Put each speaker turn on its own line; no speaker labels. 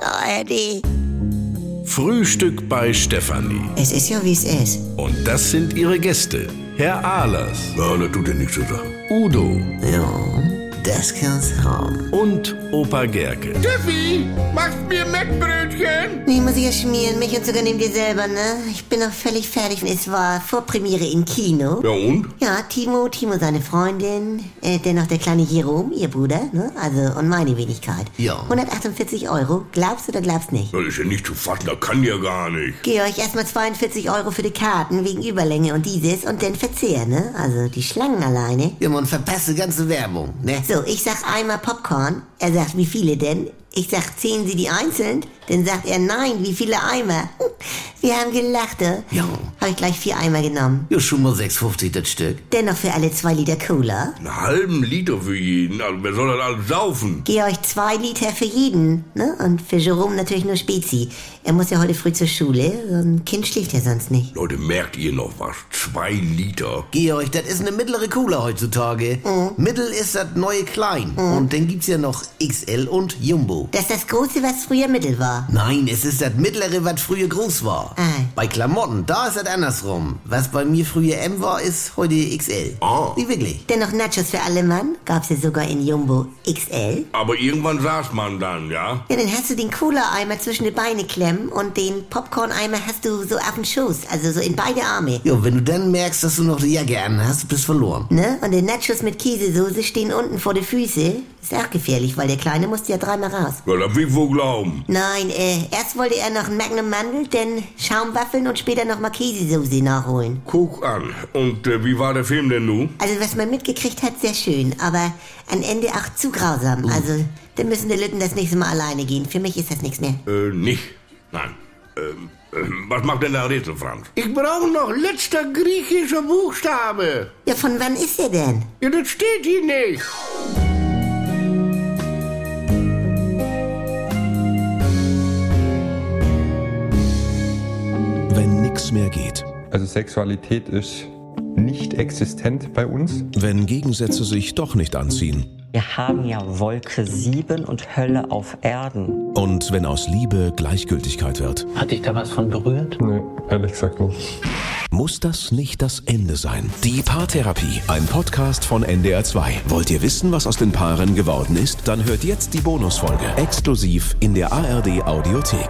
ARD.
Frühstück bei Stefanie.
Es ist ja, wie es ist.
Und das sind ihre Gäste. Herr Ahlers. Ja, das tut ja nichts zu sagen. Udo
Ja, das kann's haben.
und Opa Gerke.
Tiffy, machst mir Mettbrötchen?
Nee, muss ich ja schmieren. Mich und sogar neben dir selber, ne? Ich bin noch völlig fertig. Es war Vorpremiere im Kino.
Ja und?
Ja, Timo, Timo seine Freundin, äh, dennoch der kleine Jerome, ihr Bruder, ne? Also, und meine Wenigkeit.
Ja.
148 Euro, glaubst oder glaubst nicht?
Das ist ja nicht zu fassen, das kann ja gar nicht.
Georg, erstmal 42 Euro für die Karten wegen Überlänge und dieses und dann Verzehr, ne? Also, die Schlangen alleine.
Ja, man verpasst die ganze Werbung, ne?
So, ich sag einmal Popcorn. Er sagt, wie viele denn? Ich sag, zählen Sie die einzeln? Dann sagt er, nein, wie viele Eimer? Hm, Wir haben gelacht, ne?
Ja.
Hab ich gleich vier Eimer genommen.
Ja, schon mal 6,50 das Stück.
Dennoch für alle zwei Liter Cola.
Einen halben Liter für jeden, also wer soll das alles saufen?
Georg, zwei Liter für jeden, ne? Und für Jerome natürlich nur Spezi. Er muss ja heute früh zur Schule. So ein Kind schläft ja sonst nicht.
Leute, merkt ihr noch was? Zwei Liter?
Georg, das ist eine mittlere Cola heutzutage. Mittel ist das neue Klein. Und dann gibt's ja noch XL und Jumbo.
Das ist das Große, was früher Mittel war.
Nein, es ist das mittlere, was früher groß war.
Ah.
Bei Klamotten, da ist das andersrum. Was bei mir früher M war, ist heute XL.
Ah.
Wie wirklich?
Dennoch Nachos für alle Mann. Gab's ja sogar in Jumbo XL.
Aber irgendwann saß man dann, ja?
Ja, dann hast du den Cola-Eimer zwischen die Beine klemmen und den Popcorn-Eimer hast du so auf den Schoß, also so in beide Arme.
Ja, wenn du dann merkst, dass du noch die Jacke anhast, bist verloren.
Ne? Und die Nachos mit Käsesoße stehen unten vor die Füße. Ist auch gefährlich, weil der Kleine musste ja dreimal raus.
Ja, das will ich wohl glauben.
Nein, äh, erst wollte er noch einen Magnum Mandel, dann Schaumwaffeln und später nochmal Käsesoße nachholen.
Guck an. Und äh, wie war der Film denn nun?
Also was man mitgekriegt hat, sehr schön, aber am Ende auch zu grausam. Also, dann müssen die Lütten das nächste Mal alleine gehen. Für mich ist das nichts mehr.
Äh, nicht. Nein. Ähm, ähm, was macht denn der Rätsel, Franz?
Ich brauche noch letzter griechischer Buchstabe.
Ja, von wann ist er denn?
Ja, das steht hier nicht.
Wenn nichts mehr geht.
Also Sexualität ist nicht existent bei uns.
Wenn Gegensätze sich doch nicht anziehen.
Wir haben ja Wolke 7 und Hölle auf Erden.
Und wenn aus Liebe Gleichgültigkeit wird.
Hat dich da was von berührt?
Nee, ehrlich gesagt nicht.
Muss das nicht das Ende sein? Die Paartherapie, ein Podcast von NDR2. Wollt ihr wissen, was aus den Paaren geworden ist? Dann hört jetzt die Bonusfolge exklusiv in der ARD Audiothek.